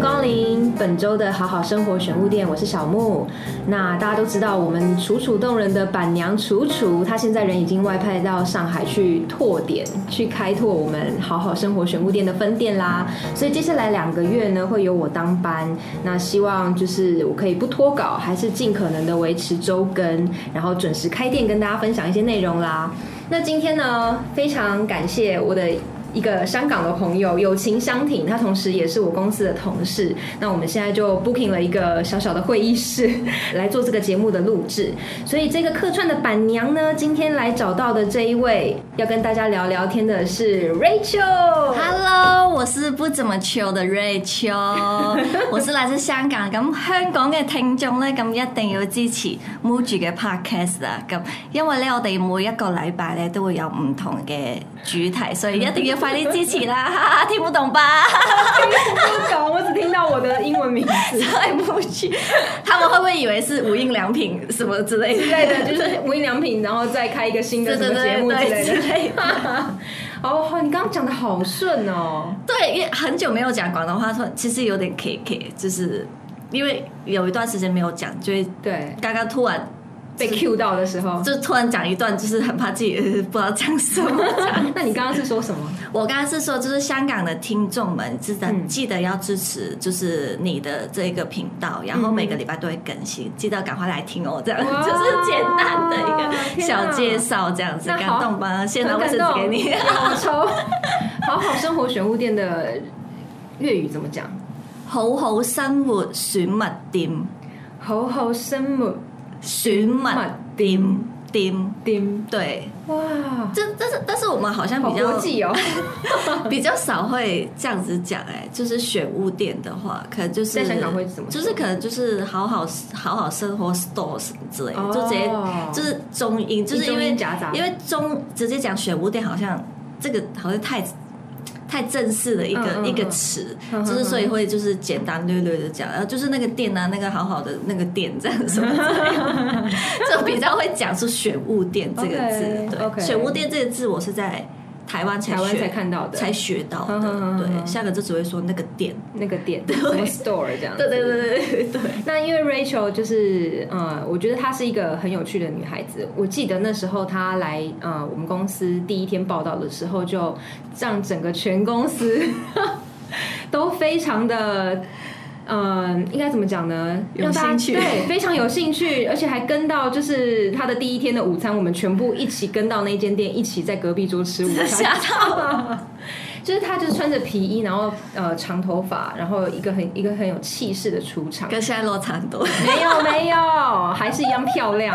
光临本周的好好生活选物店，我是小木。那大家都知道，我们楚楚动人的板娘楚楚，她现在人已经外派到上海去拓点，去开拓我们好好生活选物店的分店啦。所以接下来两个月呢，会由我当班。那希望就是我可以不脱稿，还是尽可能的维持周更，然后准时开店跟大家分享一些内容啦。那今天呢，非常感谢我的一个香港的朋友友情相挺，他同时也是我公司的同事。那我们现在就 booking 了一个小小的会议室来做这个节目的录制。所以这个客串的板娘呢，今天来找到的这一位要跟大家聊聊天的是 Rachel。 Hello，我是不怎麼 chill 的 Rachel，我是來自香港，咁香港嘅聽眾咧，咁一定要支持 Muji 嘅 podcast 啦，咁因為咧我哋每一個禮拜咧都會有唔同嘅主題，所以一定要快啲支持啦， 哈哈聽不懂吧？不懂，我只听到我的英文名 字。在 Muji，他們會不會以為是無印良品什麼之類之的？类的，就是无印良品，然后再开一个新的什么节目之类之的。類的。哦， 好，你刚刚讲的好顺哦。对，因为很久没有讲广东话，突然其实有点 K K，就是因为有一段时间没有讲，就会对，刚刚突然被 Q 到的时候， 就突然讲一段，就是很怕自己呃不知道讲什么。那你刚刚是说什么？我刚刚是说，就是香港的听众们，记得、嗯记得要支持，就是你的这个频道，然后每个礼拜都会更新，记得赶快来听哦。这样哇就是简单的一个天哪小介绍，这样子那感好动吧？先拿很卫感生动纸给 你。我抽。好好生活选物店的粤语怎么讲？好好生活選物店，好好生活選物店店，店，对，哇，这但是但是我们好像好比较国际哦。比较少会这样子讲哎、就是选物店的话，可能就是在香港会怎么说就是可能就是好好好好生活 stores 之类的， 就直接哦就是中英，就是因中为英夹杂因为中直接讲选物店好像这个好像太。太正式的一个、嗯嗯嗯一个词，嗯嗯就是嗯所以会就是简单略略的讲，然后就是那个店啊，那个好好的那个店这样什么之 类的，就比较会讲出选物店这个字。 OK，OK 对，选物店这个字我是在台湾才台湾学才看到的，才学到嗯嗯嗯的。嗯对，下个就只会说那个店。那个 店，什么 store 这样。对对。对对对，那因为 Rachel 就是呃，我觉得她是一个很有趣的女孩子。我记得那时候她来呃我们公司第一天报道的时候，就让整个全公司 都非常的。呃，应该怎么讲呢？有让大家兴趣对，非常有兴趣，而且还跟到就是她的第一天的午餐，我们全部一起跟到那间店，一起在隔壁桌吃午餐，吓到了。 就是她就是穿着皮衣，然后呃长头发，然后一个很一个很有气势的出场，跟现在落差很多。 没有没有，还是一样漂亮。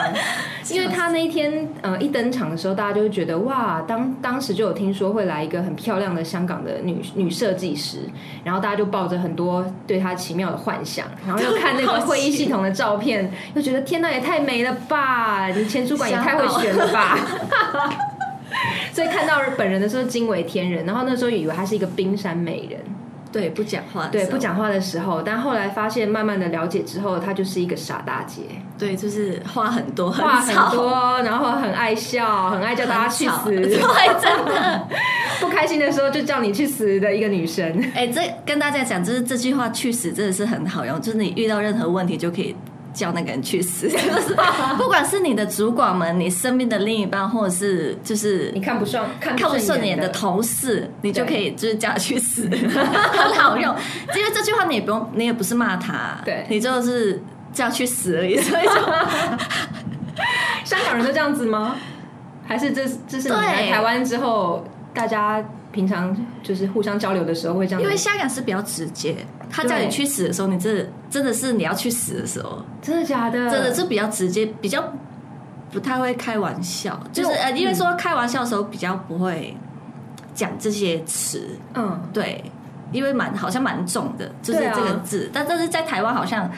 因为她那一天呃一登场的时候，大家就会觉得哇，当当时就有听说会来一个很漂亮的香港的女女设计师，然后大家就抱着很多对她奇妙的幻想，然后又看那个会议系统的照片，又觉得天呐，也太美了吧！你前主管也太会选了吧！所以看到本人的时候惊为天人，然后那时候以为她是一个冰山美人。对，不讲话。对，不。讲话的时候，但后来发现，慢慢的了解之后，她就是一个傻大姐，对，就是话很多，话很吵很。多，然后很爱笑，很爱叫大家去很吵死，对，真的。不开心的时候就叫你去死的一个女生。哎，这跟大家讲，就是这句话“去死”真的是很好用，就是你遇到任何问题就可以。叫那个人去 死， 就是不管是你的主管们、你身边的另一半，或者是就是你看不顺，看看不不顺啊眼的的，同事，你就可以就是叫他去 死，很好用。因为这句话你也不用，你也不是骂他，对你就是叫他去死而已。 所以就香港人都这样子吗？还是这这是你对来台湾之后，大家平常就是互相交流的时候会这样？因为香港是比较直接，他叫你去死的时候，你真的真的是你要去死的时候，真的假的？真的是比较直接，比较不太会开玩笑，就是呃，因为说开玩笑的时候比较不会讲这些词，嗯，对，因为蛮好像蛮重的，就是对啊这个字，但但是在台湾好像。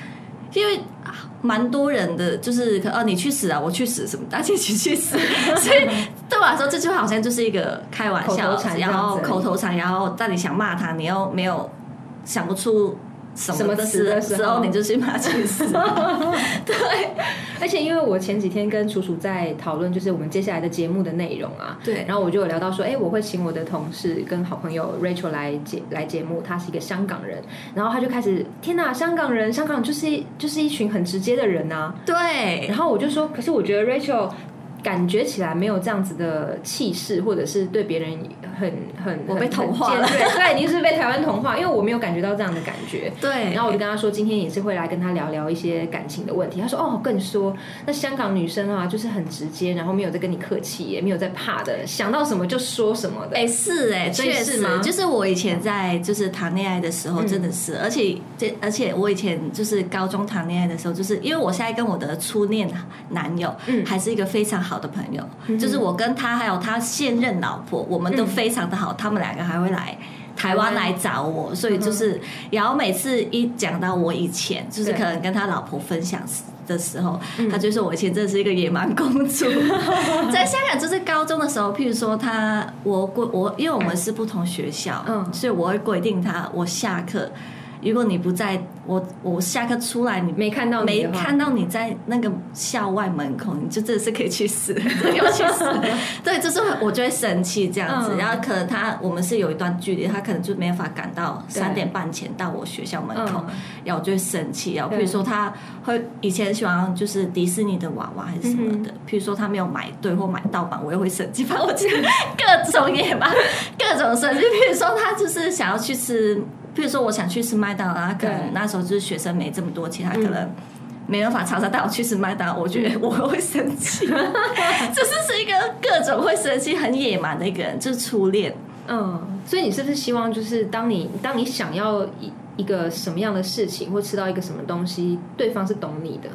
因为啊蛮多人的，就是可哦、你去死啊，我去死什么， 大家一起去死。所以对我啊来说，这句话好像就是一个开玩口笑头禅，这然样后子而已口头禅，然后但你想骂他，你又没有想不出什什么么的词的时时候，候你就去骂去死。 对而且因为我前几天跟楚楚在讨论，就是我们接下来的节目的内容啊，对，然后我就有聊到说，哎，我会请我的同事跟好朋友 Rachel 来节来节目，他是一个香港人，然后他就开始，天哪，香港人，香港就是就是一群很直接的人啊，对然后我就说，可是我觉得 Rachel 感觉起来没有这样子的气势，或者是对别人很很我很被同化很了尖锐对，你是被台湾同化，因为我没有感觉到这样的感觉。对，然后我就跟他说，今天也是会来跟他聊聊一些感情的问题。他说：“哦，跟你说，那香港女生啊，就是很直接，然后没有在跟你客气，也没有在怕的，想到什么就说什么的。哎、是哎、所以确是实吗，就是我以前在就是谈恋爱的时候，嗯真的是，而且这而且我以前就是高中谈恋爱的时候，就是因为我现在跟我的初恋男友，嗯还是一个非常好的朋友，嗯哼就是我跟他还有他现任老婆，我们都嗯嗯非常的好，他们两个还会来。台台湾湾来找我，所以就是，然后每次一讲到我以前，就对是可能跟他老婆分享的时候，嗯他就说我以前真的是一个野蛮公主。 在香港，就是高中的时候，譬如说他，我规我，因为我们是不同学校，嗯所以我会规定他，我下课，如果你不在，我我下课出来，你没看到你没的话看到你在那个校外门口，你就真的是可以去 死， 真的要去死。对，就是我就会生气这样子，嗯然后可能他我们是有一段距离，他可能就没法赶到对三点半前到我学校门口，嗯，然后我就会生气。然后譬对如说他会以前喜欢就是迪士尼的娃娃还是什么的，譬如说他没有买对或买盗版，我也会生气。反正我就是各种野蛮，各种生气。譬如说他就是想要去吃，譬如说我想去吃麦当劳，他可对能那时候就是学生没这么多钱，他嗯可能。没办法，常常带我去吃麦当劳，我觉得我会生气，就是是一个各种会生气、很野蛮的一个人，就是初恋。嗯，所以你是不是希望，就是当你当你想要一一个什么样的事情，或吃到一个什么东西，对方是懂你的？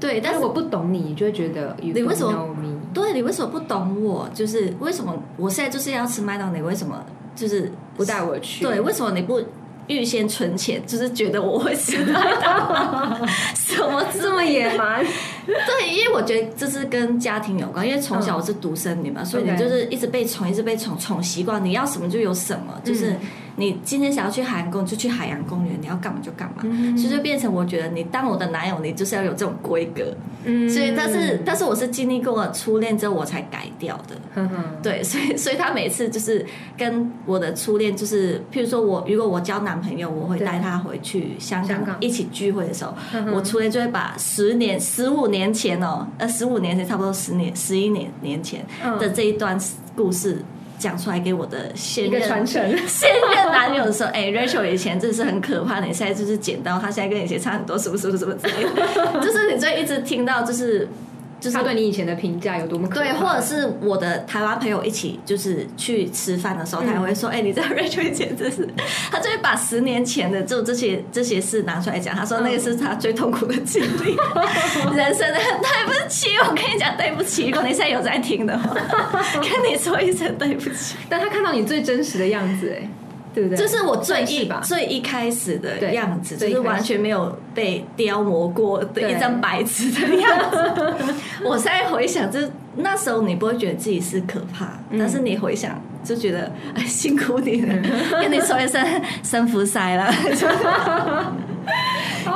对，但但是如果不懂你，你就会觉得 you 你为什 don't know 么 me？对你为什么不懂我？就是为什么我现在就是要吃麦当劳，你为什么就是不带我去？对？为什么你不预先存钱？就是觉得我会吃 麦当劳，什么之这么野蛮？对，因为我觉得这是跟家庭有关，因为从小我是独生女嘛，所以 OK 你就是一直被宠，一直被宠，宠习惯，你要什么就有什嗯么， 就是你今天想要去海洋公园就去海洋公园，你要干嘛就干嘛，嗯所以就变成我觉得你当我的男友，你就是要有这种规格。嗯所以，但是但是我是经历过了初恋之后我才改掉的。哼哼对，所以所以他每次就是跟我的初恋，就是譬如说我如果我交男朋友，我会对带他回去香港香港一起聚会的时候，嗯哼我初恋就会把十年、十五年前哦，呃，十五年前差不多十年、十一年年前嗯的这一段故事讲出来给我的一现个传任。承。 现任男友说：“哎、r a c h e l 以前真的是很可怕，你现在就是捡到他现在跟以前差很多，什么什么什么之类的， 就是你就一直听到，就是就是他对你以前的评价有多么可对，怕或者是我的台湾朋友一起就是去吃饭的时候，嗯他也会说：“哎、你在 Rachel 以前真是……” 他就会把十年前的就这些这些事拿出来讲。他说嗯那个是他最痛苦的经历， 人生的对不起。我跟你讲对不起，如果你现在有在听的 话，跟你说一声对不起。但他看到你最真实的样子，哎，对不对？这是我最算是一吧最一开始的对样子，最就一是开始完全没有被雕磨过的对一张白纸的样子。 我现在回想，就那时候你不会觉得自己是可怕，嗯但是你回想就觉得哎辛苦你了，嗯 跟你说一声生福塞 了。哦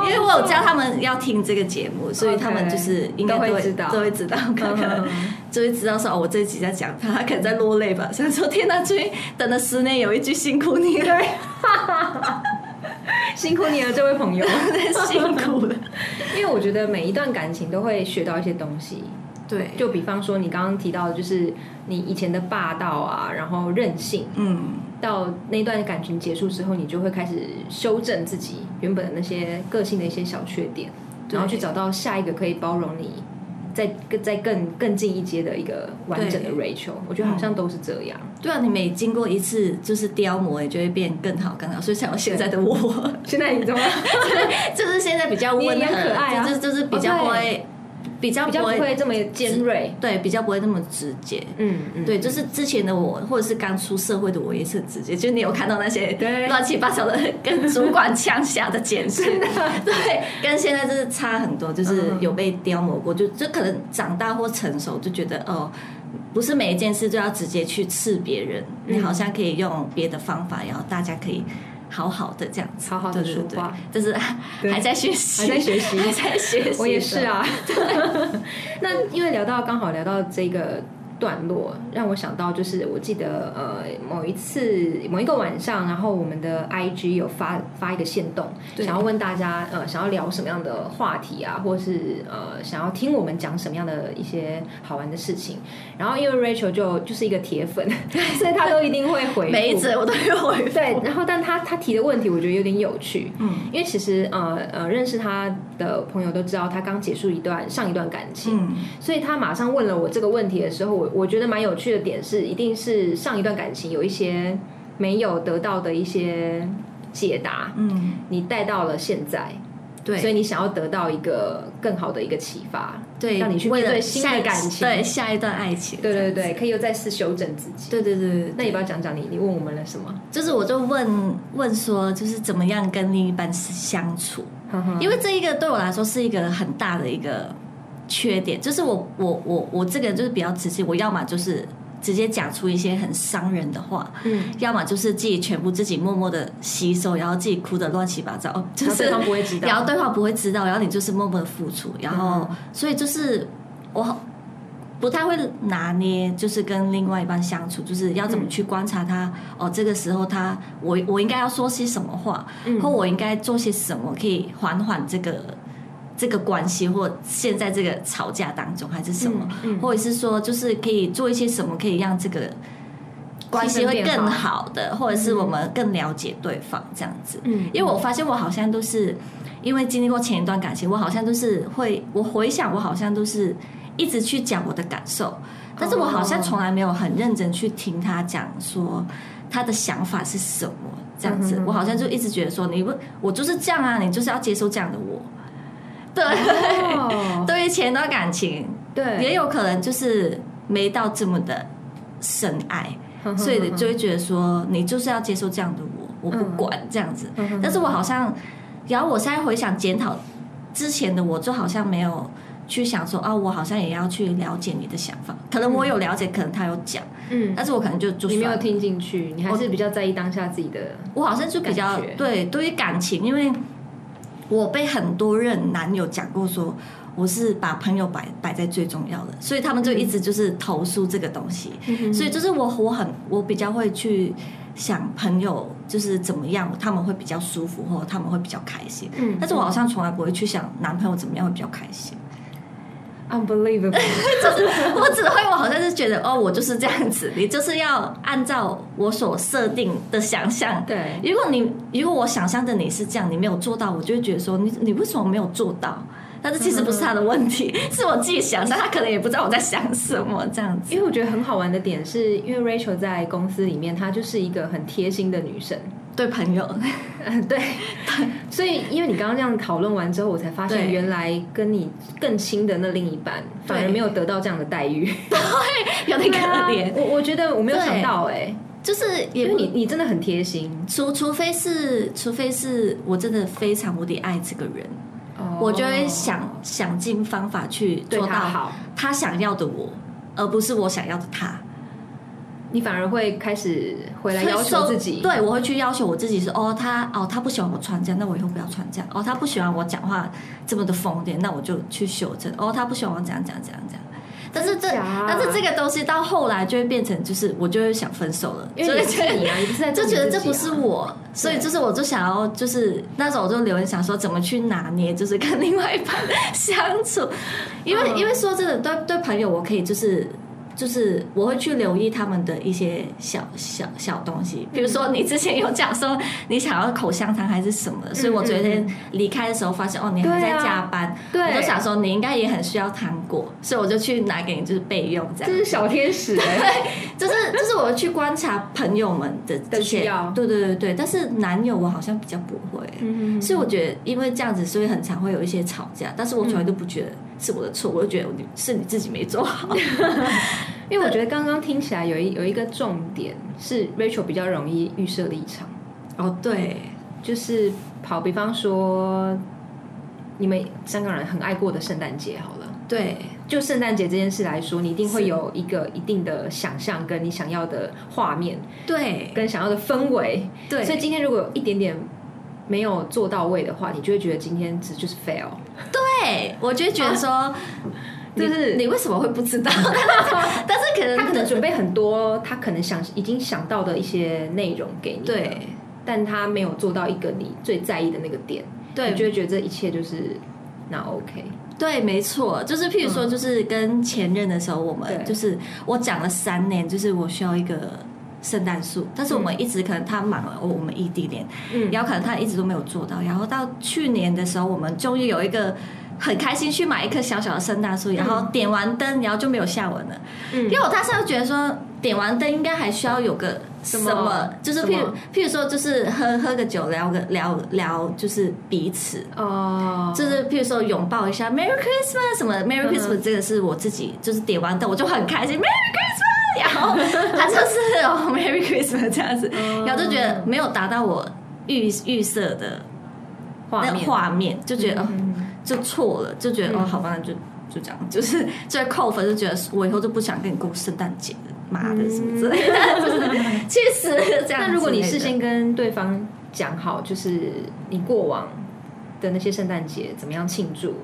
因为我有教他们要听这个节目，所以他们就是应该都都会会知道都会知道，可能嗯就会知道说哦，我这一集在讲他，他可能在落泪吧。想说天哪，终于等了十年，有一句辛苦你了。辛苦你了，这位朋友。 辛苦了。因为我觉得每一段感情都会学到一些东西，对，就比方说你刚刚提到，的就是你以前的霸道啊，然后任性，嗯，到那段感情结束之后，你就会开始修正自己原本的那些个性的一些小缺点，对然后去找到下一个可以包容你。再更再更更进一阶的一个完整的 Rachel，我觉得好像都是这样。对啊，你每经过一次就是雕磨，也就会变更好更好。所以像我现在的我， 现在你怎么？就是现在比较温你和，也很可爱啊就是就是比较不会，比 较比不较不会，会这么尖锐。对，比较不会那么直接。嗯嗯，对，就是之前的我，或者是刚出社会的我，也是很直接。就是你有看到那些对乱七八糟的跟主管呛下的简讯，对，跟现在就是差很多，就是嗯有被雕磨过，就就可能长大或成熟，就觉得哦，不是每一件事就要直接去刺别人，你嗯好像可以用别的方法，然后大家可以。好好的这样子，好好地对对说话对就是对还在学习，还在学习还在学习。我也是，啊。 那因为聊到刚好聊到这个段落，让我想到就是我记得呃某一次某一个晚上，然后我们的 IG 有发发一个线动，对想要问大家呃想要聊什么样的话题啊，或是呃想要听我们讲什么样的一些好玩的事情。然后因为 Rachel 就就是一个铁粉，所以他都一定会回复每一则我都有回 复。对，然后但他他提的问题我觉得有点有趣，嗯因为其实呃呃，认识他的朋友都知道，他刚结束一段上一段感情，嗯，所以他马上问了我这个问题的时候，我我觉得蛮有趣的点是，一定是上一段感情有一些没有得到的一些解答，嗯，你带到了现在，对，所以你想要得到一个更好的一个启发，对，让你去为面了对新下的一感情，对下一段爱情，对对这样对，可以又再次修正自己。子对对对对，那你不要讲讲你，你问我们了什么？就是我就问问说，就是怎么样跟另一半相处，因因为为这一个对我来说是一个很大的一个缺点，就是我我我我这个人就是比较直接，我要么就是直接讲出一些很伤人的话，嗯，要么就是自己全部自己默默的吸收，然后自己哭的乱七八糟， 哦 就然后是对方不会知道，嗯然后对方不会知道，然后你就是默默的付出，然后、所以就是我不太会拿捏，就是跟另外一半相处，就是要怎么去观察他、哦，这个时候他我我应该要说些什么话，嗯或我应该做些什么可以缓缓这个这个关系，或现在这个吵架当中还是什么，嗯嗯或者是说就是可以做一些什么可以让这个。关系会变嗯更好好的，或者是我们更了解对方这样子。嗯因为我发现我好像都是因为经历过前一段感情，我好像都是会，我回想我好像都是一直去讲我的感哦受，但是我好像从来没有很认真去听他讲说他的想法是什么这样子嗯哼，我好像就一直觉得说你不，我就是这样啊，你就是要接受这样 的我。对，哦对于前一段感情， 对，也有可能就是没到这么的深爱，嗯哼哼哼所以就会觉得说你就是要接受这样的我，我不管这样子。嗯哼但是我好像，然后我现在回想检讨之前的我，就好像没有去想说啊，我好像也要去了解你的想法。可能我有了解，可能他有讲，嗯，但是我可能就就你没算有了。听进去，你还是比较在意当下自己的，我好像就比较感觉对对于感情，因为我被很多任男友讲过说。我是把朋友摆摆在最重要的，所以他们就一直就是投诉这个东西。嗯所以就是我我很我比较会去想朋友就是怎么样，他们会比较舒服，或他们会比较开心。嗯但是我好像从来不会去想男朋友怎么样会比较开 心， unbelievable，我只会我好像是觉得哦，我就是这样子，你就是要按照我所设定的想 象。对，如果你如果我想象的你是这样，你没有做到，我就会觉得说你你为什么没有做到？但是其实不是他的问题，嗯是我自己想象，他可能也不知道我在想什么这样子。因为我觉得很好玩的点是，因为 Rachel 在公司里面，她就是一个很贴心的女生， 对朋友， 嗯， 对，所以因为你刚刚这样讨论完之后，我才发现对原来跟你更亲的那另一半反而对没有得到这样的待遇，有点可 怜。啊我我觉得我没有想对到哎，就是因也为不你你真的很贴心，除除非是除非是我真的非常无敌爱这个人，我就会想想尽方法去哦对做她到好，他想要的我，而不是我想要的他。你反而会开始回来要求自己，所以说对我会去要求我自己是哦，他哦他不喜欢我穿这样，那我以后不要穿这样。哦，他不喜欢我讲话这么的疯癫，那我就去修正。哦，他不喜欢我怎样怎样怎样怎样。但是这真假但是这个东西到后来就会变成就是我就会想分手了，因为你是 你啊，你不是在就做你觉得自这己不啊是我，所以就是我就想要，就是那时候我就留言想说怎么去拿捏，就是跟另外一半 相处，因为、嗯因为说真的，对对朋友我可以就是。就是我会去留意他们的一些小小小东西，嗯比如说你之前有讲说你想要口香糖还是什么的，所以我昨天离开的时候发现哦，你还嗯对在啊加班，对我就想说你应该也很需要糖果，所以我就去拿给你就是备用这样。这是小天使、 欸，就是就是我去观察朋友们的这需些要，对对对对，但是男友我好像比较不会，嗯所以我觉得因为这样子，所以很常会有一些吵架，但是我从来都不觉得是我的错，我就觉得你是你自己没做好，因为我觉得刚刚听起来有一有一个重点是 Rachel 比较容易预设立场，嗯哦对，就是跑，比方说你们香港人很爱过的圣诞节好了，对，就圣诞节这件事来说，你一定会有一个一定的想象，跟你想要的画面，对跟想要的氛围。对，所以今天如果有一点点没有做到位的话，你就会觉得今天只就是 fail。对我就觉得说，啊就 你是你为什么会不知道？ 但是可能他可能准备很多，他可能想已经想到的一些内容给你，，对但他没有做到一个你最在意的那个点，你就对会觉得这一切就是那 OK。对，没错，就是譬如说，就是跟前任的时候，我们嗯对就是我讲了三年，就是我需要一个圣诞树，但是我们一直可能他忙了，我我们异地恋，嗯，然后可能他一直都没有做到，然后到去年的时候，我们终于有一个。很开心去买一棵小小的圣诞树，然后点完灯，然后就没有下文了。嗯因为我当时就觉得说，点完灯应该还需要有个什什么么，就是譬什如么譬如说，就是喝喝个酒，聊个聊聊，就是彼此，哦，就是譬如说拥抱一下，Merry Christmas 什么的，Merry 嗯哼 Christmas 这个是我自己，就是点完灯我就很开心，Merry Christmas，然后他就是哦 Merry Christmas 这样子，嗯然后就觉得没有达到我预预设的画那面，画面，就觉得哦嗯 就错了，就觉得哦嗯好吧，那就就这样，就是就会扣分，就觉得我以后就不想跟你过圣诞节了，妈的什么之类的， 就是去死这样。嗯那如果你事先跟对方讲好，就是你过往的那些圣诞节怎么样庆祝，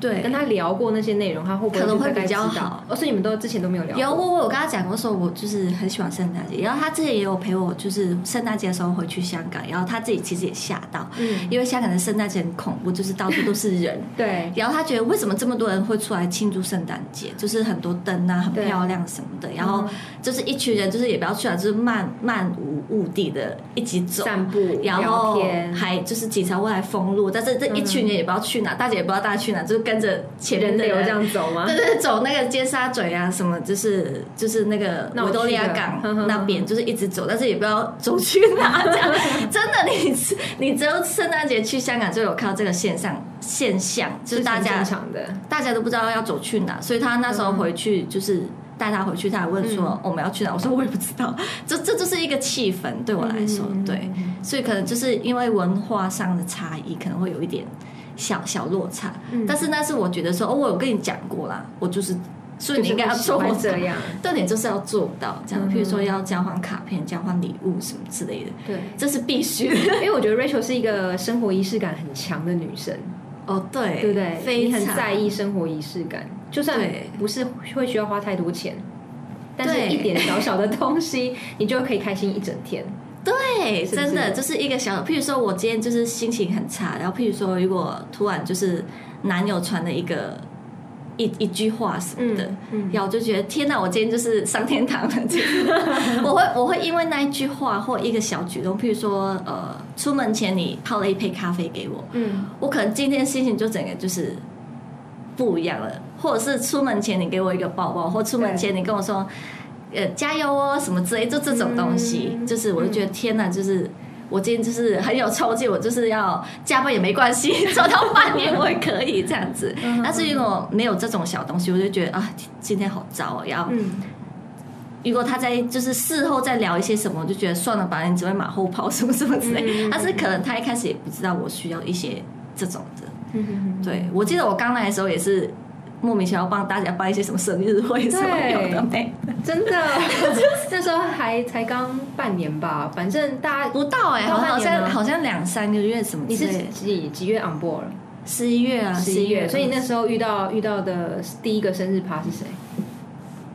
对跟他聊过那些内容，他会不会可能就会大概比较知道好哦，所以你们都之前都没有聊过，有我我有跟他讲过，说我就是很喜欢圣诞节，然后他之前也有陪我，就是圣诞节的时候回去香港，然后他自己其实也吓到，嗯，因为香港的圣诞节很恐怖，就是到处都是 人，对，然后他觉得为什么这么多人会出来庆祝圣诞节，就是很多灯啊，很对漂亮什么的，然后嗯就是一群人，就是也不要去了，就是漫漫无目的的一起走。散步、然聊后天，嗯还就是警察会来封路，但是这一群人也不知道去哪，大姐也不知道大家去哪，就是跟着前面人的流人这样走吗？对对，走那个尖沙咀啊，什么就是就是那个那我维多利亚去的港呵呵呵那边，就是一直走，但是也不知道走去哪。这 样真的，你你只有圣诞节去香港就有看到这个现象现象，就是大很家正常的，大家都不知道要走去哪，所以他那时候回去就是。带他回去，他还问说、我们要去哪？我说我也不知道，这这就是一个气氛对我来说，嗯对，所以可能就是因为文化上的差异，可能会有一点小小落差。嗯但是那是我觉得说，哦，我有跟你讲过啦，我就是，所以你应该要做就是到会喜欢这，样，重点就是要做到这样。嗯譬如说要交换卡片、交换礼物什么之类的，对。这是必须的。 因为我觉得 Rachel 是一个生活仪式感很强的女生，哦，对，对不对？非你常很在意生活仪式感，就算对不是会需要花太多钱，但是对一点小小的东西， 你就可以开心一整天。对，是不真的是就是一个小，譬如说我今天就是心情很差，然后譬如说如果突然就是男友传了一个一一句话什么的。嗯，然后我就觉得天哪，我今天就是上天堂了。就是我会我会因为那一句话或一个小举动，譬如说呃，出门前你泡了一杯咖啡给我，嗯，我可能今天心情就整个就是不一样了，或者是出门前你给我一个抱抱，或出门前你跟我说呃加油哦什么之类，就这种东西，嗯就是我就觉得天哪，就是。我今天就是很有冲劲，我就是要加班也没 关系，做到半夜我也可以这样子。嗯但是如果没有这种小东西，我就觉得啊，今天好糟哦。然后嗯，如果他在就是事后再聊一些什么，我就觉得算了吧，你只会马后炮什么什么之类。嗯但是可能他一开始也不知道我需要一些这种的。嗯，对，我记得我刚来的时候也是莫名其妙帮大家办一些什么生日会什么有的没，真的， 那时候还才刚半年吧，反正大家，不到哎、到好半好年像吗好像两三个月什么你之是类的。几几月 on board 了？十一月啊，十11一月，所以那嗯时候遇到遇到的第一个生日趴是谁？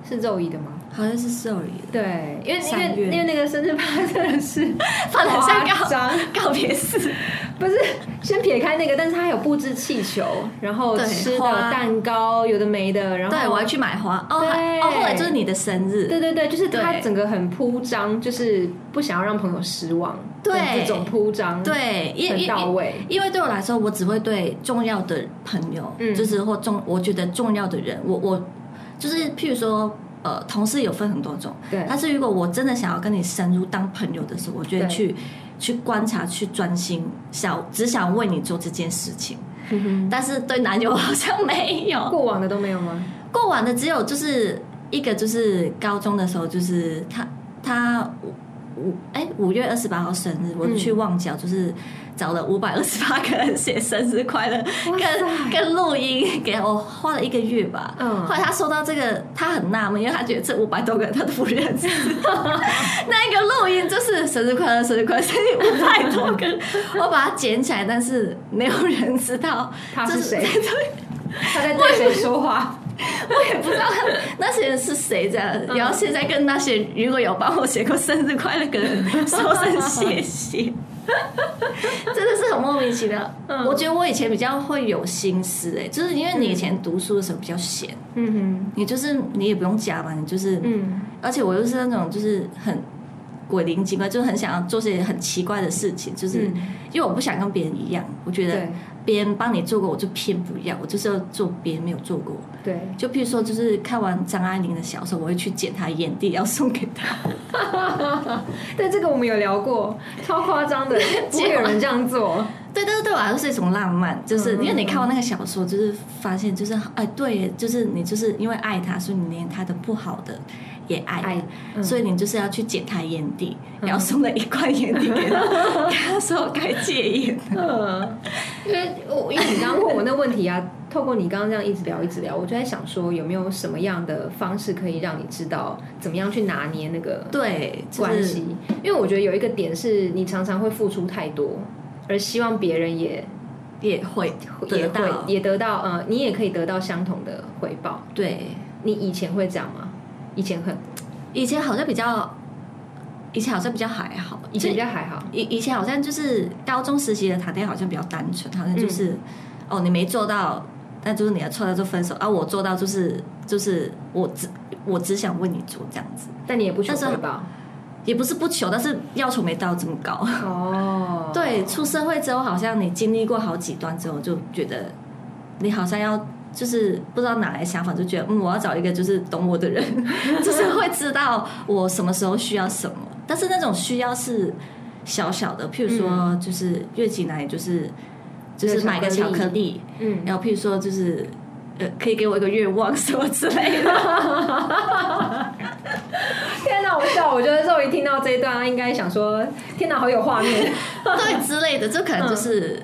是肉姨的吗？好像是 sorry 的，对，因为因三为月因为那个生日趴真的是 放得像告夸张，告别式，不是先撇开那个，但是他还有布置气球，然后对吃的花蛋糕，有的没的，然后对我要去买花哦，对还哦，后来就是你的生日，对对对，就是他对整个很铺张，就是不想要让朋友失望，对的这种铺张对，因很因到因位，因为对我来说，我只会对重要的朋友，嗯就是或重我觉得重要的人，我我就是譬如说。呃，同事有分很多种，对但是如果我真的想要跟你深入当朋友的时候，我觉得对去去观察、去专心，想只想为你做这件事情。但是对男友好像没有，过往的都没有吗？过完的只有就是一个，就是高中的时候，就是他他五哎五月二十八号生日，我去旺角就是找了五百二十八个人写生日快乐，哇塞跟跟录音给我花了一个月吧。嗯后来他收到这个，他很纳闷，因为他觉得这五百多个人他都不认 识。那一个录音就是生日快乐，生日快乐，生日五百多个人，我把它捡起来，但是没有人知道他是 这谁他在对谁说话？我也不知道他那些人是谁这样，然后现在跟那些如果有帮我写过生日快乐的人说声谢谢， 真的是很莫名其妙。嗯我觉得我以前比较会有心思哎、就是因为你以前读书的时候比较闲，嗯你就是你也不用加班，你就是，哼，嗯而且我又是那种就是很鬼灵精怪，就是很想要做些很奇怪的事情，就是、嗯因为我不想跟别人一样，我觉得对别人帮你做过，我就偏不要，我就是要做别人没有做过。对，就譬如说，就是看完张爱玲的小说，我会去捡她眼蒂，要送给她。但这个我们有聊过，超夸张 的，不会有人这样 做。 对，但是对我来说是一种浪漫，就是嗯因为你看完那个小说，就是发现就是哎，对耶，就是你就是因为爱她，所以你连她的不好的也爱，嗯爱嗯所以你就是要去捡她眼蒂，然后送了一罐眼蒂给她，跟她说该戒烟。嗯，因为我因为你刚刚问我那问题 啊，透过你刚刚这样一直聊一直聊，我就在想说有没有什么样的方式可以让你知道怎么样去拿捏那个 对，就是关系？因为我觉得有一个点是你常常会付出太多，而希望别人也也会也得会到，也得到呃，你也可以得到相同的回报。对。你以前会这样吗？以前很，以前好像比较，以前好像比较还好，以前比较还好。以以前好像就是高中时期的谈恋爱好像比较单纯，好像就是、哦你没做到，那就是你的错，那就分手啊。我做到就是就是我只我只想为你做这样子，但你也不求但是回报也不是不求，但是要求没到这么高。哦对，出社会之后好像你经历过好几段之后，就觉得你好像要。就是不知道哪来想法，就觉得嗯，我要找一个就是懂我的 人，就是会知道我什么时候需要什么。但是那种需要是小小的，譬如说就是月经来，就是就是买个嗯巧克力，嗯，然后譬如说就是呃，可以给我一个愿望什么之类的。 天哪，我笑！我觉得肉一听到这一段，啊他应该想说：天哪，好有画面。 对之类的，这可嗯能就是、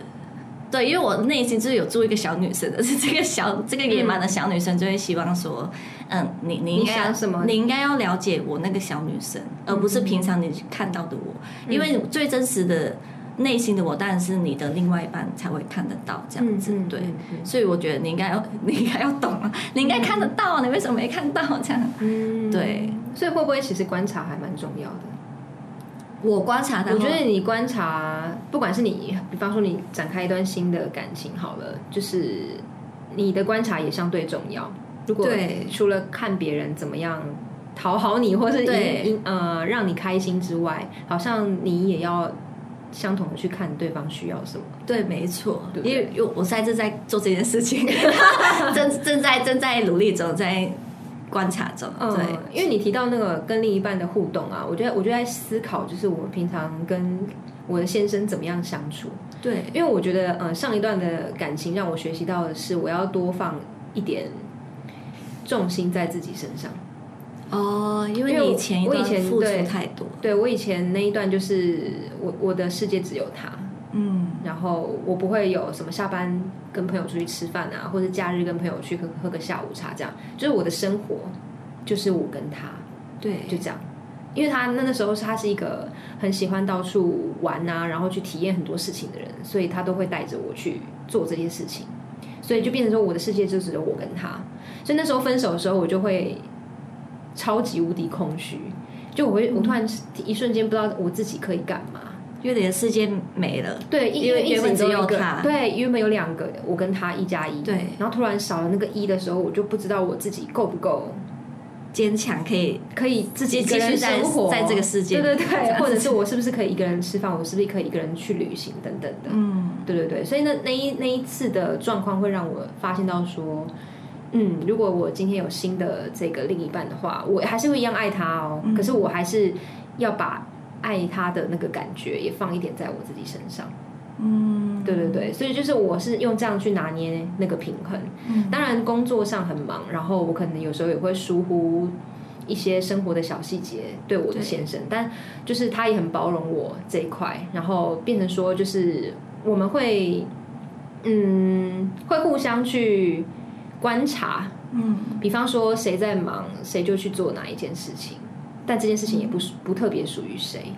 对，因为我内心就是有做一个小女生的，是这个小这个野蛮的小女生就会希望说，嗯，你你应该你想什么你应该要了解我那个小女生，而不是平常你看到的我，嗯因为最真实的内心的我，当然是你的另外一半才会看得到这样子，嗯嗯对。嗯嗯所以我觉得你应该要， 你应该要懂啊，你应该看得到啊，你为什么没看到这样？ 嗯，对。所以会不会其实观察还蛮重要的？我观察他，我觉得你观察，不管是你，比方说你展开一段新的感情好了，就是你的观察也相对重要。如果对除了看别人怎么样讨好你，或是对引引呃让你开心之外，好像你也要相同的去看对方需要什么。对，没错，对不对因为我我现在正在做这件事情， 正正在正在努力中，在观察中，对嗯，，因为你提到那个跟另一半的互动啊，我觉得我就在思考，就是我平常跟我的先生怎么样相处。对，因为我觉得，呃，上一段的感情让我学习到的是，我要多放一点重心在自己身上。哦，因因为为你我以前一我以段前付对出太多，对我以前那一段，就是我我的世界只有他，嗯，然后我不会有什么下班跟朋友出去吃饭啊，或者假日跟朋友去喝喝个下午茶这样，就是我的生活就是我跟他。对，就这样。因为他那那时候是他是一个很喜欢到处玩啊，然后去体验很多事情的人，所以他都会带着我去做这些事情，所以就变成说我的世界就只有我跟他。所以那时候分手的时候，我就会超级无敌空虚，就我会我突然一瞬间不知道我自己可以干嘛。因为你的世界没了，对，一因为一原本直只有一个他对，原本有两个，我跟他一加一，对，然后突然少了那个一的时候，我就不知道我自己够不够坚强可以，可以自己一个继人续在生活，在这个世界对对这样对，子或者是我是不是可以一个人吃饭，我是不是可以一个人去旅行等等的，嗯，对对对，所以那那一那一次的状况会让我发现到说，嗯，如果我今天有新的这个另一半的话，我还是会一样爱他哦，嗯可是我还是要把爱他的那个感觉也放一点在我自己身上，嗯，对对对，所以就是我是用这样去拿捏那个平衡。嗯当然工作上很忙，然后我可能有时候也会疏忽一些生活的小细节对我的对先生，但就是他也很包容我这一块，然后变成说就是我们会嗯会互相去观察，嗯，比方说谁在忙，谁就去做哪一件事情，但这件事情也不属不特别属于谁，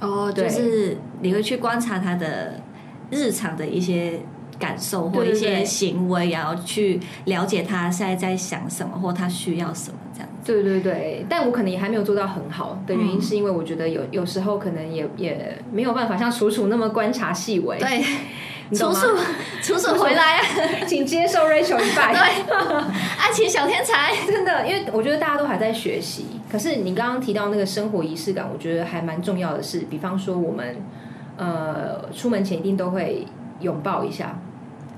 哦，就对是你会去观察他的日常的一些感受或对对一些对行为，然后去了解他现在在想什么或他需要什么这样。对对对，但我可能也还没有做到很好的原因，嗯是因为我觉得有有时候可能也也没有办法像楚楚那么观察细微。对，你懂楚吗楚，楚楚回来啊！ 请接受 Rachel 一拜。 爱情小天才， 真的，因为我觉得大家都还在学习。可是你刚刚提到那个生活仪式感，我觉得还蛮重要的是，比方说我们呃出门前一定都会拥抱一下，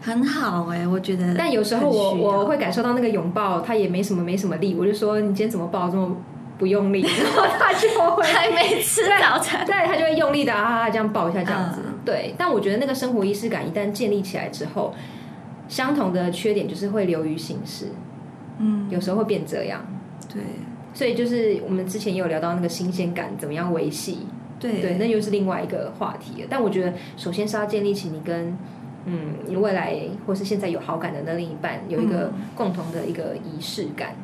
很好哎、我觉得。但有时候我我会感受到那个拥抱，他也没什么没什么力，我就说你今天怎么抱这么不用力， 然后他就会。还没吃 早餐，对，他就会用力的啊，这样抱一下，这样子。嗯对，但我觉得那个生活仪式感一旦建立起来之后，相同的缺点就是会流于形式，嗯，有时候会变这样。对所以就是我们之前也有聊到那个新鲜感怎么样维系，对对，那又是另外一个话题了。但我觉得首先是要建立起你跟嗯你未来或是现在有好感的那另一半有一嗯个共同的一个仪式感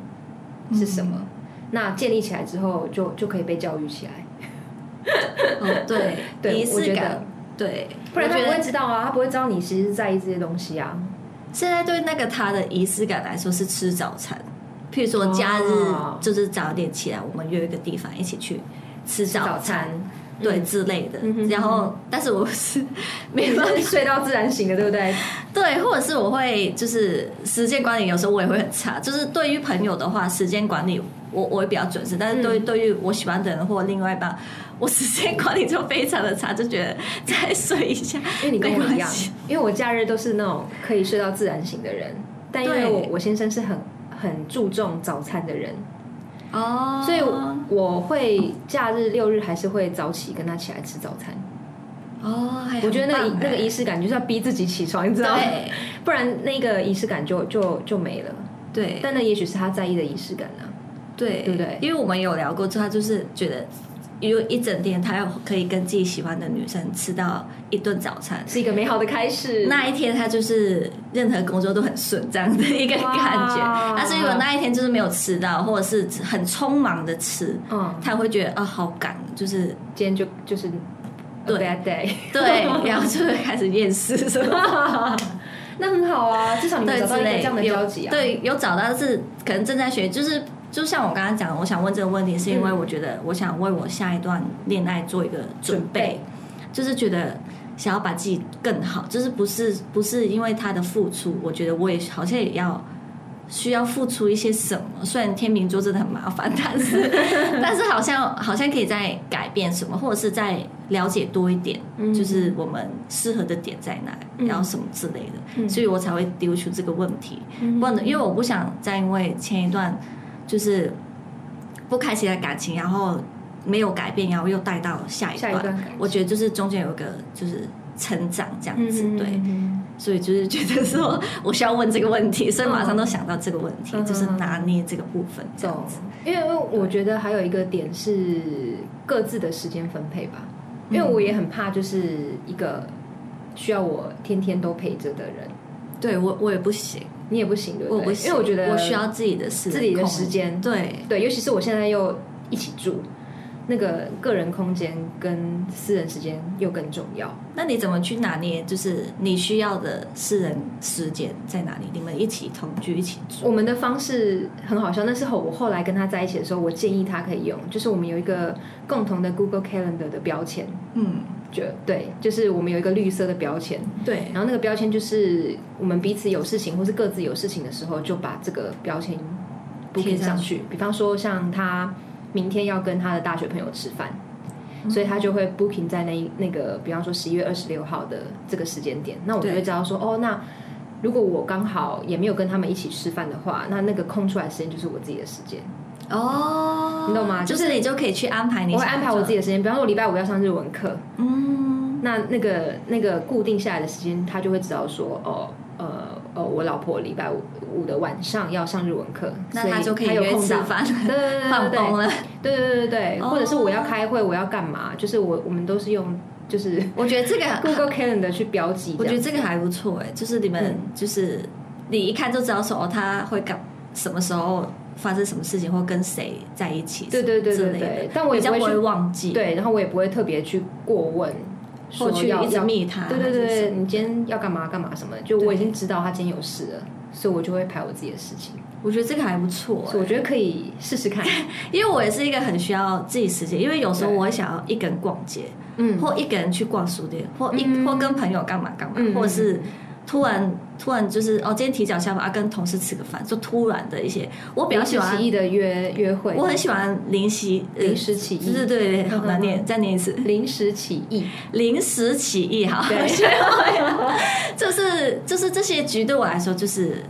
是什么？那建立起来之后就就可以被教育起来，哦，对， 对仪我觉式得感，对，不然我他觉不会得知道啊，他不会知道你其实在意这些东西啊。现在对那个他的仪式感来说是吃早餐，譬如说假日哦就是早点起来，我们约一个地方一起去吃早早餐餐，，嗯对之类的嗯哼。然后，但是我是没你办法 是睡到自然醒的，对不对？对，或者是我会就是时间管理，有时候我也会很差。就是对于朋友的话，时间管理我我会比较准时，但是对于、嗯对于我喜欢的人或另外一半，我时间管理就非常的差，就觉得再睡一下，因为你跟我一没样关系，因为我假日都是那种可以睡到自然醒的人，但因为对我我先生是很很注重早餐的人，哦所以我会假日六日还是会早起跟他起来吃早餐。哦，还我觉得那个很棒那个哎仪式感就是要逼自己起床，你知道吗？对不然那个仪式感就就就没了。对但那也许是他在意的仪式感啊。对对不对因为我们有聊过，就他就是觉得。因为一整天，他要可以跟自己喜欢的女生吃到一顿早餐，是一个美好的开始。那一天他就是任何工作都很顺这样的一个哇感觉。但是如果那一天就是没有吃到，或者是很匆忙的吃，嗯，他会觉得啊、好赶，就是今天就就是 a 对 bad day， 对， 然后就会开始厌世什么那很好啊，至少你们对找之到一个类这样的有交集啊。对，有找到是可能正在学，就是就像我刚刚讲，我想问这个问题，是因为嗯我觉得我想为我下一段恋爱做一个准准备备，就是觉得。想要把自己更好，就是不是不是因为他的付出，我觉得我也好像也要需要付出一些什么。虽然天秤座真的很麻烦，但是但是好像好像可以再改变什么，或者是再了解多一点，嗯就是我们适合的点在哪，嗯然后什么之类的，嗯所以我才会丢出这个问题。嗯，不能，因为我不想再因为前一段就是不开心的感情，然后没有改变，然后又带到下一下段。一段感情我觉得就是中间有一个就是成长这样子，嗯对，嗯所以就是觉得说我需要问这个问题，所以马上都想到这个问题，嗯就是拿捏这个部分这样懂子。，因为我觉得还有一个点是各自的时间分配吧，嗯因为我也很怕就是一个需要我天天都陪着的人，对我我也不行，你也不行，对我对？不行，因为我觉得我需要自己的时自己的空时间对对，尤其是我现在又一起住，那个个人空间跟私人时间又更重要。那你怎么去拿捏？就是你需要的私人时间在哪里？你们一起同居，一起住。我们的方式很好笑，那时候我后来跟他在一起的时候，我建议他可以用，就是我们有一个共同的 Google Calendar 的标签，嗯，就对，就是我们有一个绿色的标签，对，然后那个标签就是我们彼此有事情或是各自有事情的时候，就把这个标签贴 booking 上上去。比方说，像他明天要跟他的大学朋友吃饭，所以他就会 booking 在那那个，比方说十一月二十六号的这个时间点。那我就会对知道说，哦，那如果我刚好也没有跟他们一起吃饭的话，那那个空出来的时间就是我自己的时间。哦，你懂吗就就是你就可以去安排你，我会安排我自己己。的时间，比方说我礼拜五要上日文课，嗯，那那个那个固定下来的时间，他就会知道说，哦，呃哦，我老婆礼拜五五的晚上要上日文课，那他所就可以有约空吃档饭，对对对对 放对风了。对对对对对，哦或者是我要开会，我要干嘛？就是我我们都是用就是我觉得 这个， Google Calendar 去标记这我觉样。嗯得这个还不错哎，就是你们就是你一看就知道说哦，他会干什么时候发生什么事情，或跟谁在一起，对对对之对类对的，对，但我比也不较会不会去忘记，，对，然后我也不会特别去过问，说或去要一直要密他，对对还是什对，么，你今天要干嘛干嘛什么的，就我已经知道他今天有事了，所以我就会排我自己的事情，我觉得这个还不错哎所以我觉得可以试试 看。因为我也是一个很需要自己时间，因为有时候对我会想要一个人逛街，嗯，或一个人去逛书店，或一、嗯或跟朋友干嘛干嘛，嗯或者是突然突然就是哦，今天提早下班啊，跟同事吃个饭，就突然的一些，我比较喜欢临时，起意的约约会，我很喜欢临时呃临时起对意，嗯对对，好难念，再念一次，临时起 意，临时起意哈， 对就是就是这些局对我来说就是。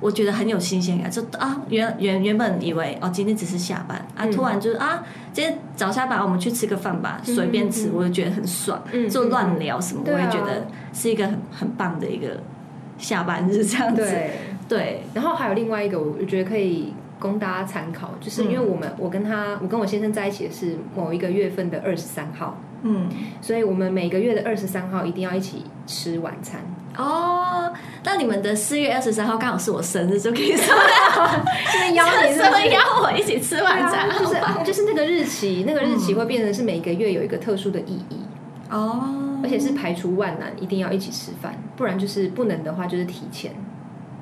我觉得很有新鲜感，就啊，原原原本以为哦，今天只是下班啊，嗯突然就是啊，今天早下班我们去吃个饭吧，嗯随便吃，嗯我就觉得很爽，嗯就嗯乱聊什么，对我啊也觉得是一个很很棒的一个下班日这样子。 对， 对。然后还有另外一个，我觉得可以供大家参考，就是嗯因为我们、我跟他，我跟我先生在一起的是某一个月份的二十三号，嗯，所以我们每个月的二十三号一定要一起吃晚餐。哦，那你们的四月二十三号刚好是我生日，就可以 说现在邀你是 什不么是？邀我一起吃晚餐，嗯对啊就是就是那个日期，那个日期会变成是每个月有一个特殊的意义，哦，而且是排除万难，一定要一起吃饭，不然就是不能的话就是提前，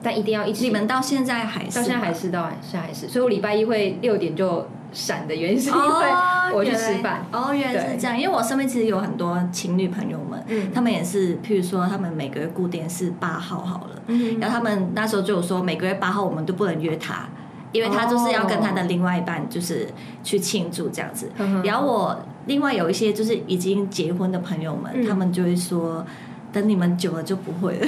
但一定要一起。你们到现在还是到现在还是到现在还是，所以我礼拜一会六点就闪的原 因是因为哦我去原来吃饭，哦，原来是对这样，因为我身边其实有很多情侣朋友们，嗯他们也是，譬如说他们每个月固定是八号好了，嗯然后他们那时候就有说每个月八号我们都不能约他，因为他就是要跟他的另外一半就是去庆祝这样子。嗯哼然后我另外有一些就是已经结婚的朋友们，嗯他们就会说。等你们久了就不 会了，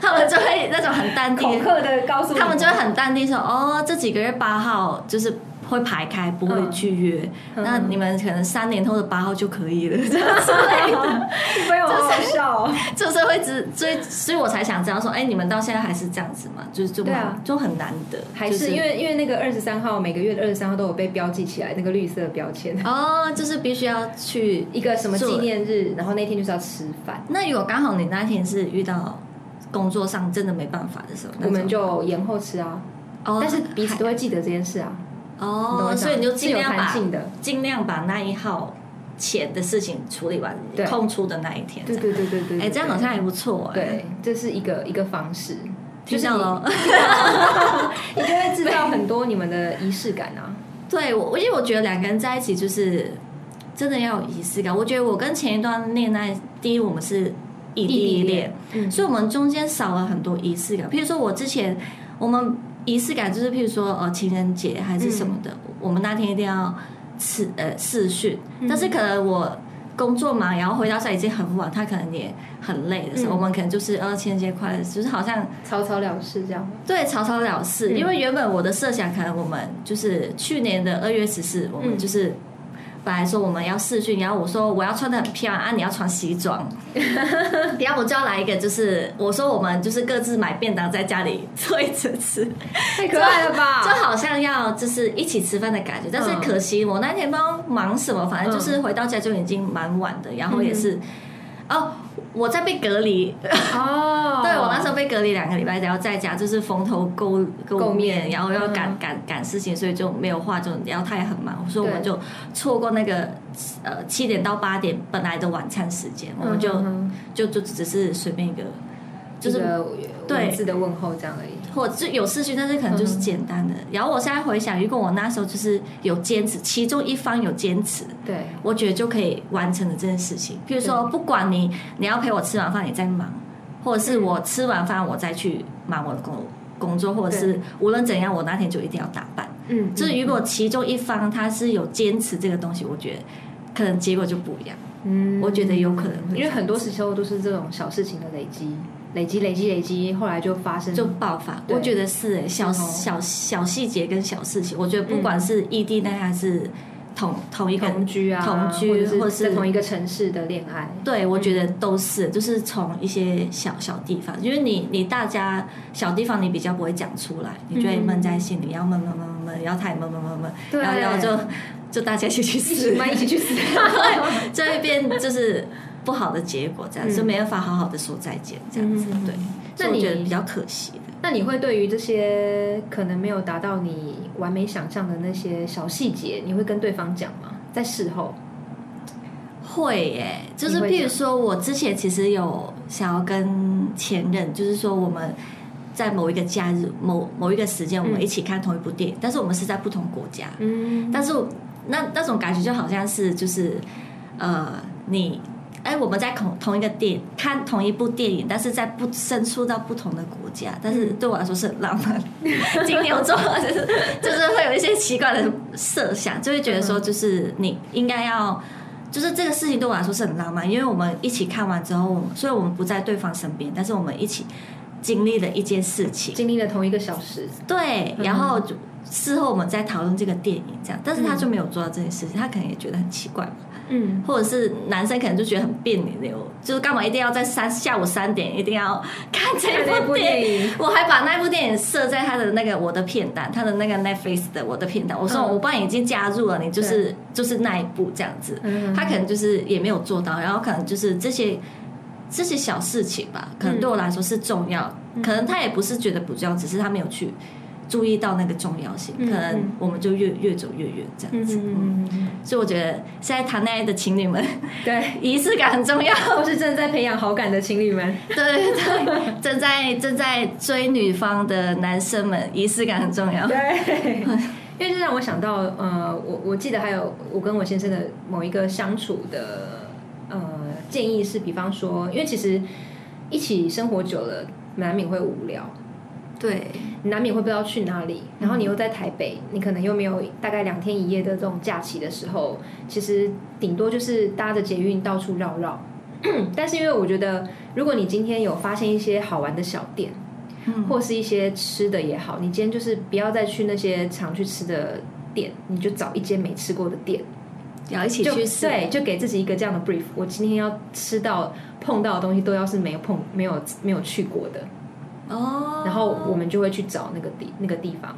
他们就会那种很淡定恐地吓的告诉他们就 会很淡定说，哦，这几个月八号就是会排开，不会去约。嗯那你们可能三年后的八号就可以了， 这样之类的，朋友好好笑哦。就是会只所以所以我才想知道说，哎，你们到现在还是这样子嘛？就是就对啊蛮就很难得， 还就是因为因为那个二十三号每个月的二十三号都有被标记起来，那个绿色标签，哦，就是必须要去一个什么纪做念日，然后那天就是要吃饭，那如果刚好你那天是遇到工作上真的没办法的时候，那我们种就延后吃啊，哦，但是彼此还都会记得这件事啊，你懂我哦，意思吗所以你就是尽有量弹把性的，尽量把那一号前的事情处理完，对空出的那一天这对样。对对对对，哎、对这样好像还不错哎、对，这是一个一个方式，就听是到你了。你就会制造很多你们的仪式感啊，对我，因为我觉得两个人在一起就是真的要有仪式感。我觉得我跟前一段恋爱，第 一我们是异地恋，嗯所以我们中间少了很多仪式感。譬如说我之前我们仪式感就是譬如说呃情人节还是什么的，我们那天一定要视呃视讯，嗯但是可能我。工作忙，然后回到家已经很晚，他可能也很累的时候，嗯我们可能就是呃情人节快乐，就是好像草草了事这样 吗？对，草草了事。嗯因为原本我的设想，可能我们就是去年的二月十四，我们嗯就是本来说我们要试训，然后我说我要穿的很漂亮啊，你要穿西 装，然后我就要来一个，就是我说我们就是各自买便当在家里坐着吃，太可爱了吧！就好像要就是一起吃饭的感觉。但是啊嗯可惜我那天不知道忙什么，反正就是回到家就已经蛮晚的，然后嗯也是、哦，我在被隔离，哦，对我那时候被隔离两个礼拜，然后在家就是蓬头垢垢垢面，面然后要赶嗯赶赶事情，所以就没有化妆，然后他也很忙，所以我们对就错过那个呃七点到八点本来的晚餐时间，我们就嗯就就只是随便一个，就就是是对文字的问候这样而已。或者就有事情，但是可能就是嗯简单的。然后我现在回想，如果我那时候就是有坚持，其中一方有坚持，对，我觉得就可以完成了这件事情。譬如说，不管你你要陪我吃完饭，你在忙，或者是我吃完饭我再去忙我的工工作，或者是无论怎样，我那天就一定要打扮。嗯，就是如果其中一方他是有坚持这个东西，我觉得可能结果就不一样。嗯我觉得有可能会这样因为很多时候都是这种小事情的累积，累积，累积，累积，后来就发生就爆发，对我觉得是诶、小是哦嗯 E 小小细节跟小事情，我觉得不管是异地恋还是同同一个同居啊，同居或或者者是在是同一个城市的恋 爱，对，我觉得都是，就是从一些小小地方，因为你你大家小地方你比较不会讲出来，你就会闷在心里，要闷闷闷闷闷，然后太闷闷闷闷，对然后然后就就大家一起 去一起死，卖一起去死。 就会变就是不好的结果，这样、嗯就没办法好好的说再见，这样子，嗯嗯嗯对，那所以我你觉得比较可惜的。那你会对于这些可能没有达到你完美想象的那些小细节，你会跟对方讲吗？在事后，会耶、就是你会譬如讲说，我之前其实有想要跟前任，就是说我们在某一个假日、某某一个时间，我们嗯一起看同一部电影，但是我们是在不同国家，嗯但是我那那种感觉就好像是就是呃，你哎，我们在同同一个电影看同一部电影，但是在不身处到不同的国家，但是对我来说是很浪漫。 金牛座就是 就是会有一些奇怪的设想，就会觉得说，就是你应该要。就是这个事情对我来说是很浪漫，因为我们一起看完之后，虽然我们不在对方身边，但是我们一起经历了一件事情，经历了同一个小时，对，嗯然后就事后我们再讨论这个电影这样，但是他就没有做到这件事情，他可能也觉得很奇怪吧，嗯，或者是男生可能就觉得很别扭，就是干嘛一定要在三下午三点一定要看看这那部部电影。电影， 我还把那部电影设在他的那个我的片单，他的那个 Netflix 的我的片单。我说嗯我帮你已经加入了，你就是就是那一部这样子。嗯他可能就是也没有做到，然后可能就是这些这些小事情吧，可能对我来说是重要，嗯可能他也不是觉得不重要，只是他没有去注意到那个重要性，嗯可能我们就越越走越远这样嗯子。嗯嗯嗯嗯，所以我觉得现在谈恋爱的情侣们， 对，仪式感很重要。或是正在培养好感的情侣们， 对对对，正在正在追女方的男生们，仪式感很重要。对， 因为这让我想到，呃，我我记得还有我跟我先生的某一个相处的呃建议是，比方说，因为其实一起生活久了，难免会无聊，对难免会不知道去哪里，嗯然后你又在台北，你可能又没有大概两天一夜的这种假期的时候，其实顶多就是搭着捷运到处绕绕。 但是因为我觉得，如果你今天有发现一些好玩的小店，嗯或是一些吃的也好，你今天就是不要再去那些常去吃的店，你就找一间没吃过的店，要一起就去试。对，就给自己一个这样的 brief，我今天要吃到碰到的东西都要是没有碰、没有没有去过的，哦，然后我们就会去找那个地那个地方。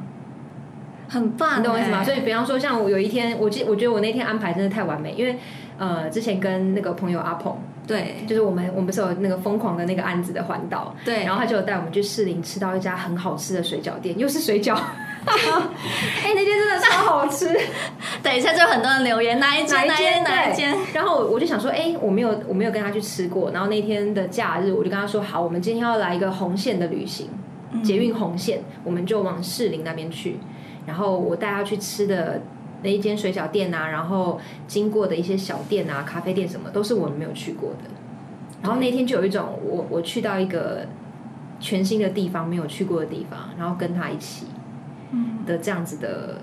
很棒，你懂我意思吗？哎所以比方说，像我有一天，我记，我觉得我那天安排真的太完美，因为呃，之前跟那个朋友阿鹏，对就是我们我们不是有那个疯狂的那个案子的环岛，对，然后他就有带我们去士林吃到一家很好吃的水饺店，又是水饺， 哎、那间真的超好吃。 等一下就有很多人留言哪一哪间一间哪一对间， 然后我就想说，哎、我没有我没有跟他去吃过，然后那天的假日，我就跟他说，好，我们今天要来一个红线的旅行，捷运红线，我们就往士林那边去。然后我带他去吃的那一间水饺店啊，然后经过的一些小店啊、咖啡店什么，都是我们没有去过的。然后那天就有一种我我去到一个全新的地方，没有去过的地方，然后跟他一起嗯的这样子的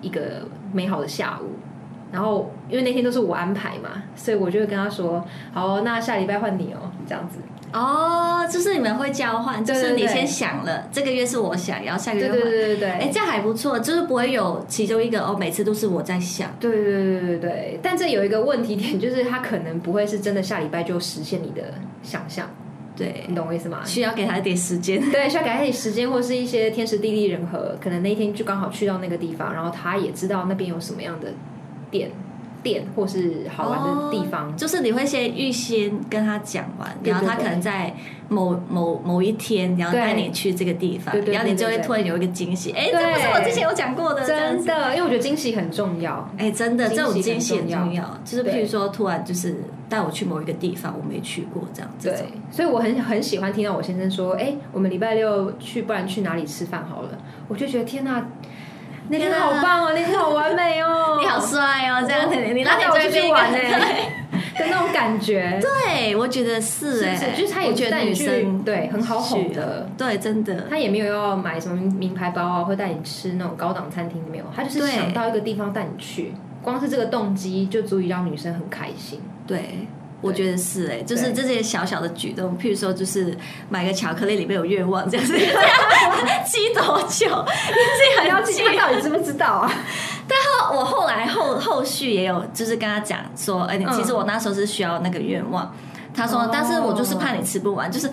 一个美好的下午。然后因为那天都是我安排嘛，所以我就会跟他说：“好哦、那下礼拜换你哦，这样子。哦，就是你们会交换，就对对是你对先想了这个月是我想，然后”下个对月对对换。对对，哎，这样还不错，就是不会有其中一个哦，每次都是我在想，对对对对对对，但这有一个问题点，就是他可能不会是真的下礼拜就实现你的想象，对，你懂我意思吗？需要给他一点时间。对，需要给他一点时间，或是一些天时地利人和，可能那一天就刚好去到那个地方，然后他也知道那边有什么样的店、店或是好玩的地方。哦就是你会先预先跟他讲完，对对然后他可能在某某某一天，然后对带你去这个地方对，对对然后你就对会对对突然有一个惊喜，哎，对这不是我之前有讲过哦的，这样真子。的，因为我觉得惊喜很重要。哎，真的，惊喜这种惊喜很很重重要。就是譬如说，突然就是带我去某一个地方，我没去过这样这对种。，所以我很很喜欢听到我先生说：“哎，我们礼拜六去，不然去哪里吃饭好了。”我就觉得天哪，那天天哪，好棒哦，那天好完美哦 你好帅哦，这样子，你那拉天带我就会出变去一个玩 欸呢、的那种感觉，欸对，我觉得 是是哎、不是？就是他我也觉得带女你去生，啊对，很好哄的。对，真的，他也没有要买什么名牌包啊，或带你吃那种高档餐厅，没有，他就是对想到一个地方带你去，光是这个动机就足以让女生很开心。对，我觉得是哎、就是这些小小的举动，譬如说就是买个巧克力里面有愿望这 样子，记多久？你自己你很要记记，他到底知不知道啊？ 我后来后后续也有就是跟他讲说，哎、你其实我那时候是需要那个愿望。他说嗯哦：“但是我就是怕你吃不完，就是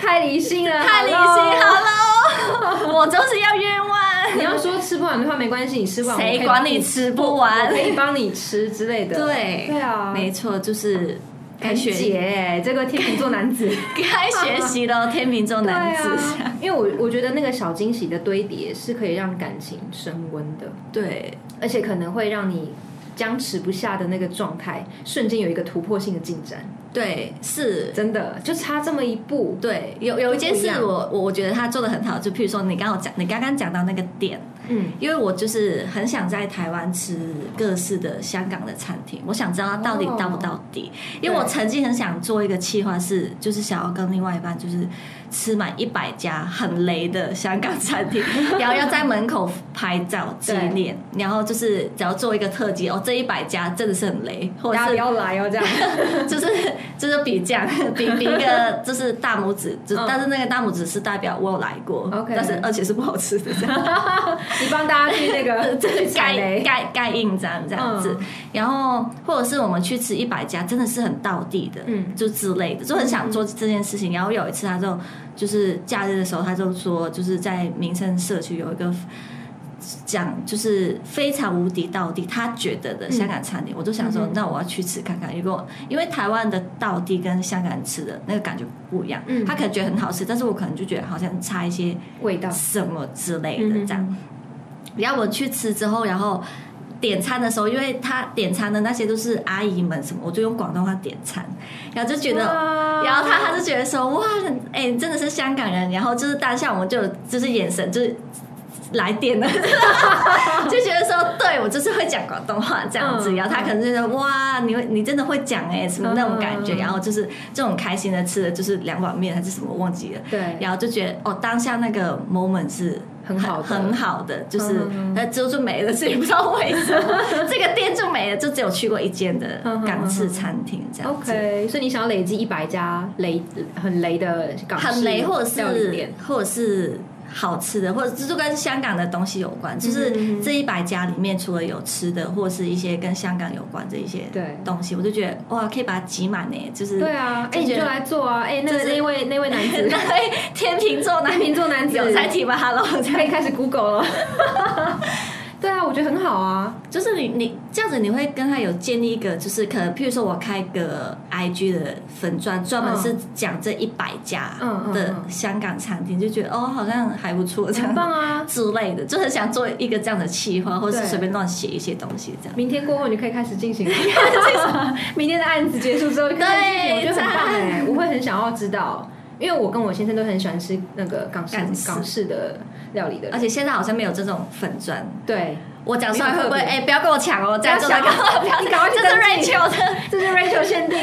太离心了，太理性 hello 好喽，我就是要愿望， 你要说吃不完的话没关系，你吃不完我可谁以管帮你吃不完我可？以帮你吃之类的。对对啊，没错，就是该很解学欸这个天秤座男 子。该学习了，天秤座男子。对啊，因为我我觉得那个小惊喜的堆叠是可以让感情升温的，对，而且可能会让你僵持不下的那个状态瞬间有一个突破性的进展，对，是，真的就差这么一步。对，有有一件就不一事样我我我觉得他做的很好，就譬如说你刚好讲，你刚刚讲到那个点，嗯，因为我就是很想在台湾吃各式的香港的餐厅，我想知道它到底哦到不到底，因为我对曾经很想做一个计划是，就是想要跟另外一半就是吃满一百家很雷的香港餐 厅，然后要在门口拍照纪对念，然后就是只要做一个特辑哦，这一百家真的是很雷，或者大家是不要来 哦，这样。 就是就是比这样，比比一个就是大拇指，就、嗯但是那个大拇指是代表我有来过 OK 但是而且是不 好吃的，这样你帮大家去那 个去踩盖雷，盖盖印章这样子。嗯然后或者是我们去吃一百家，真的是很道地的，嗯就之类的，就很想做这件事情。然后有一次他就就是假日的时候，他就说就是在民生社区有一个。讲就是非常无敌道地，他觉得的香港餐厅，我就想说，嗯哼那我要去吃看看。如果因为台湾的道地跟香港吃的那个感觉不一样，嗯他可能觉得很好吃，但是我可能就觉得好像差一些味道什么之类的嗯这样。然后我去吃之后，然后点餐的时候，因为他点餐的那些都是阿姨们什么，我就用广东话点餐，然后就觉得。哇然后他他就觉得说哇，哎、你真的是香港人。然后就是当下我们就有就是眼神就是来 电了， 就觉得说对我就是会讲广东话这样子。嗯然后他可能就说哇，你会你真的会讲哎、什么那种感觉。嗯然后就是这种开心的吃的就是两碗面还是什么忘记了。对，然后就觉得哦，当下那个 moment 是很好的很好的，就是嗯嗯嗯那之后就没了，自己不知道为什么这个店就没了，就只有去过一间的嗯嗯嗯港式餐厅这样子。 OK，所以你想要累积一百家雷很雷的港式很雷，或者料理是店，或者是好吃的，或者是就跟香港的东西有关。嗯就嗯是嗯这一百家里面，除了有吃的，或是一些跟香港有关的一些对东西，我就觉得哇，可以把它挤满呢。就是对啊，哎，就你觉就得来做啊，哎，那就个是那位那位男子， 天秤座男天秤座男子有才体吧，Hello， 可以开始 Google 了。 对啊，我觉得很好啊。就是你你这样子，你会跟他有建立一个，就是可能，譬如说我开个 IG 的粉专，专门是讲这一百家嗯嗯的嗯香港餐厅，就觉得哦，好像还不错这很样棒啊！之类的，就很想做一个这样的企划，或是对随便乱写一些东西这样。明天过后，你可以开始进 行。 明天的案子结束之后，就开始进行，我对觉得很棒赞哎，我会很想要知道，因为我跟我先生都很喜欢吃那个港式港式啊港式的料理的而人。且现在好像没有这种粉砖，对，我讲出来没有会不会？特别哎、不要跟 我抢哦，这样子不要抢哦 不要你赶快去这是登记 Rachel 的，这是 Rachel 限 定。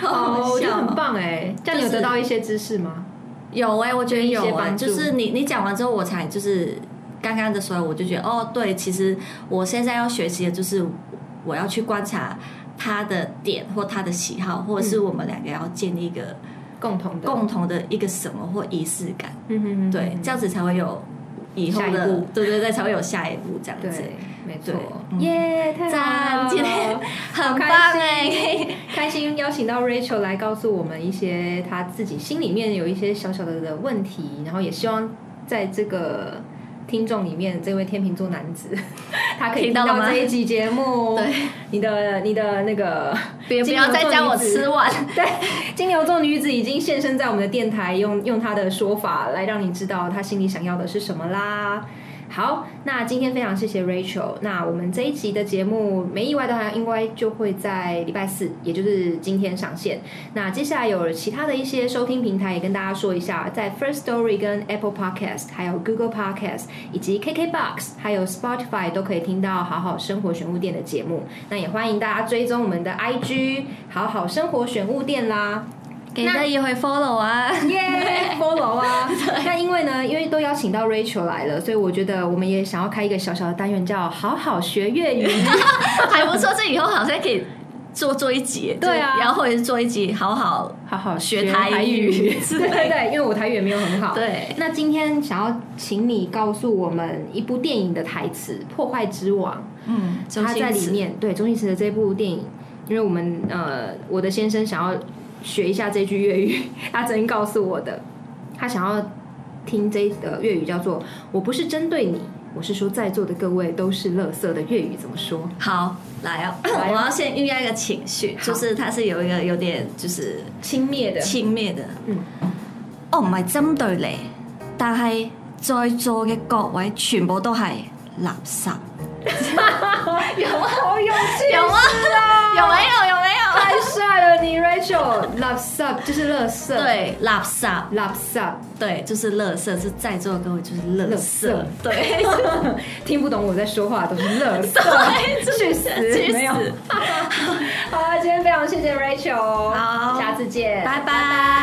好我觉笑得哦很棒哎，这样你有就得是到一些知识吗？有哎、我觉得有一些哎、帮助就是你你讲完之后，我才就是刚刚的时候，我就觉得哦，对，其实我现在要学习的就是我要去观察他的点或他的喜好，或者是我们两个要建立一个共同的，共同的一个什么或仪式感，嗯哼哼对，这样子才会有以后下一的步，对对对，才会有下一步这样子。对，没错对，嗯耶，太好赞，了！今天很棒开心哎、可以 开心邀请到 Rachel 来告诉我们一些她自己心里面有一些小小的的问题，然后也希望在这个听众里面，这位天秤座男子， 他可以听听到到了吗这一集节目。对，你的你的那个 别不要再叫我吃完，对，金牛座女子已经现身在我们的电台，用用她的说法来让你知道她心里想要的是什么啦。好，那今天非常谢谢 Rachel。那我们这一集的节目，没意外的话，应该就会在礼拜四，也就是今天上线。那接下来有其他的一些收听平台，也跟大家说一下，在 First Story、跟 Apple Podcast、还有 Google Podcast、以及 KKBox、还有 Spotify 都可以听到《好好生活玄物店》的节目。那也欢迎大家追踪我们的 IG“ 好好生活玄物店”啦。给他一回 follow 啊。耶、follow 啊！ 那因为呢，因为都邀请到 Rachel 来了，所以我觉得我们也想要开一个小小的单元，叫“好好学粤语”。 还不错，这以后好像可以做做一集，对啊就然后或者是做一集好好好好学台 语之对类对的对，因为我台语也没有很好。对，那今天想要请你告诉我们一部电影的台词《破坏之王》，嗯，周他星在里驰面对周星驰的这部电影，因为我们呃，我的先生想要学一下这句粤语， 他曾经告诉我的，他想要听这呃粤语叫做“我不是针对你”。我是说，在座的各位都是垃圾的粤语怎么说？好来哦，来哦我要先预约一个情绪，好就是它是有一个有点就是轻蔑的 轻蔑的，嗯，我唔係針對你，但係在座嘅各位全部都係垃圾，有 好有趣，啊有吗？有啊没有？有没有？ 太帅了你，Rachel，垃圾就是垃圾，，对，垃圾，垃圾，对，就是垃圾，是在座的各位就是垃垃圾，圾 对，听不懂我在说话都是 垃圾， 去死，去没有。死，好啊，今天非常谢谢 Rachel，好下次见，拜拜